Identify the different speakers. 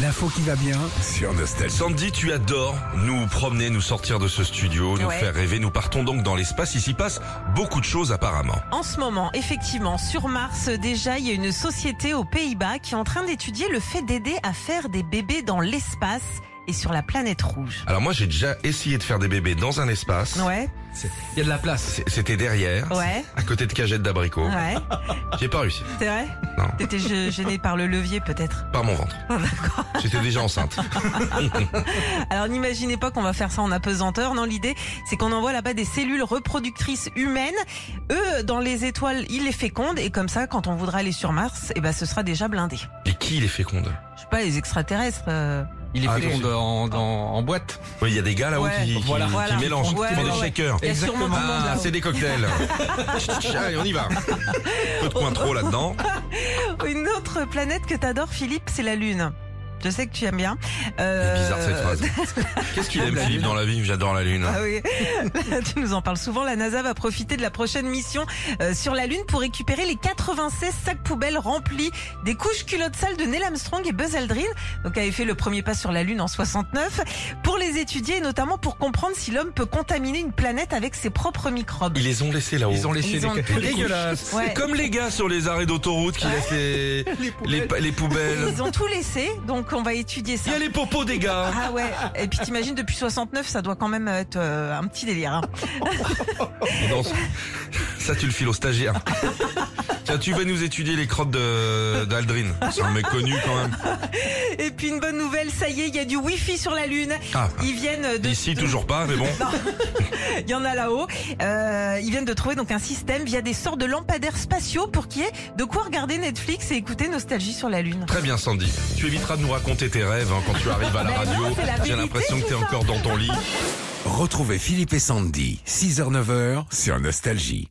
Speaker 1: l'info qui va bien.
Speaker 2: Sur Nostalgie.
Speaker 3: Sandy, tu adores nous promener, nous sortir de ce studio, nous
Speaker 4: Ouais.
Speaker 3: faire rêver. Nous partons donc dans l'espace. Il s'y passe beaucoup de choses apparemment.
Speaker 4: En ce moment, effectivement, sur Mars, déjà, il y a une société aux Pays-Bas qui est en train d'étudier le fait d'aider à faire des bébés dans l'espace et sur la planète rouge.
Speaker 3: Alors moi, j'ai déjà essayé de faire des bébés dans un espace.
Speaker 4: Ouais,
Speaker 1: C'est- Il y a de la place.
Speaker 3: C- C'était derrière,
Speaker 4: ouais,
Speaker 3: à côté de cagettes d'abricot.
Speaker 4: ouais.
Speaker 3: J'ai pas réussi.
Speaker 4: C'est vrai
Speaker 3: Non.
Speaker 4: T'étais gê- gêné par le levier, peut-être
Speaker 3: Par mon ventre.
Speaker 4: Oh,
Speaker 3: J'étais déjà enceinte.
Speaker 4: Alors n'imaginez pas qu'on va faire ça en apesanteur. Non, l'idée, c'est qu'on envoie là-bas des cellules reproductrices humaines. Eux, dans les étoiles, ils les fécondent. Et comme ça, quand on voudra aller sur Mars, eh ben, ce sera déjà blindé.
Speaker 3: Et qui les féconde
Speaker 4: Je sais pas, les extraterrestres. euh,
Speaker 1: Il est
Speaker 3: Ah,
Speaker 1: féconde
Speaker 3: oui.
Speaker 1: en, dans- en boîte.
Speaker 3: Oui, il y a des gars là-haut
Speaker 4: Ouais,
Speaker 3: qui, qui-
Speaker 1: voilà.
Speaker 3: qui
Speaker 4: Voilà.
Speaker 3: mélangent,
Speaker 4: Ouais,
Speaker 3: qui font des
Speaker 4: ouais, ouais.
Speaker 3: shakers.
Speaker 4: Il y a sûrement tout le monde
Speaker 3: Ah,
Speaker 4: là-haut.
Speaker 3: c'est des cocktails. Allez, on y va. Peu de coin trop là-dedans.
Speaker 4: Une autre planète que t'adores, Philippe, c'est la Lune. Je sais que tu aimes bien.
Speaker 3: C'est
Speaker 4: Euh,
Speaker 3: Bizarre cette phrase. Qu'est-ce qu'il
Speaker 1: J'aime
Speaker 3: aime
Speaker 1: la
Speaker 3: Philippe
Speaker 1: lune.
Speaker 3: dans la vie J'adore la lune.
Speaker 4: Ah oui, tu nous en parles souvent. La NASA va profiter de la prochaine mission euh, sur la Lune pour récupérer les 96 sacs poubelles remplis des couches culottes sales de Neil Armstrong et Buzz Aldrin, donc avait fait le premier pas sur la Lune en 69, pour les étudier et notamment pour comprendre si l'homme peut contaminer une planète avec ses propres microbes.
Speaker 3: Ils les ont laissés là-haut.
Speaker 1: Ils ont laissé
Speaker 4: Ils
Speaker 1: des
Speaker 4: ont-
Speaker 1: C'est dégueulasse.
Speaker 3: C'est
Speaker 4: Ouais.
Speaker 3: comme les gars sur les arrêts d'autoroute qui laissent les, les, pa- les poubelles.
Speaker 4: Ils ont tout laissé, donc on va étudier ça.
Speaker 3: Il y a les popos des gars.
Speaker 4: Ah ouais, et puis t'imagines depuis 69, ça doit quand même être euh, un petit délire. hein.
Speaker 3: Non, ça- ça, tu le files aux stagiaires. Tiens, tu vas nous étudier les crottes de- d'Aldrin. C'est un mec connu quand même.
Speaker 4: Et puis une bonne nouvelle, ça y est, il y a du wifi sur la Lune.
Speaker 3: Ah,
Speaker 4: Ils viennent de...
Speaker 3: ici toujours pas, mais bon.
Speaker 4: Il y en a là-haut. Euh, ils viennent de trouver donc un système via des sortes de lampadaires spatiaux pour qu'il y ait de quoi regarder Netflix et écouter Nostalgie sur la Lune.
Speaker 3: Très bien, Sandy. Tu éviteras de nous raconter tes rêves hein, quand tu arrives à la
Speaker 4: Mais non,
Speaker 3: radio.
Speaker 4: c'est la
Speaker 3: J'ai
Speaker 4: vérité,
Speaker 3: l'impression que t'es
Speaker 4: tout ça.
Speaker 3: encore dans ton lit.
Speaker 2: Retrouvez Philippe et Sandy, 6h-9h sur Nostalgie.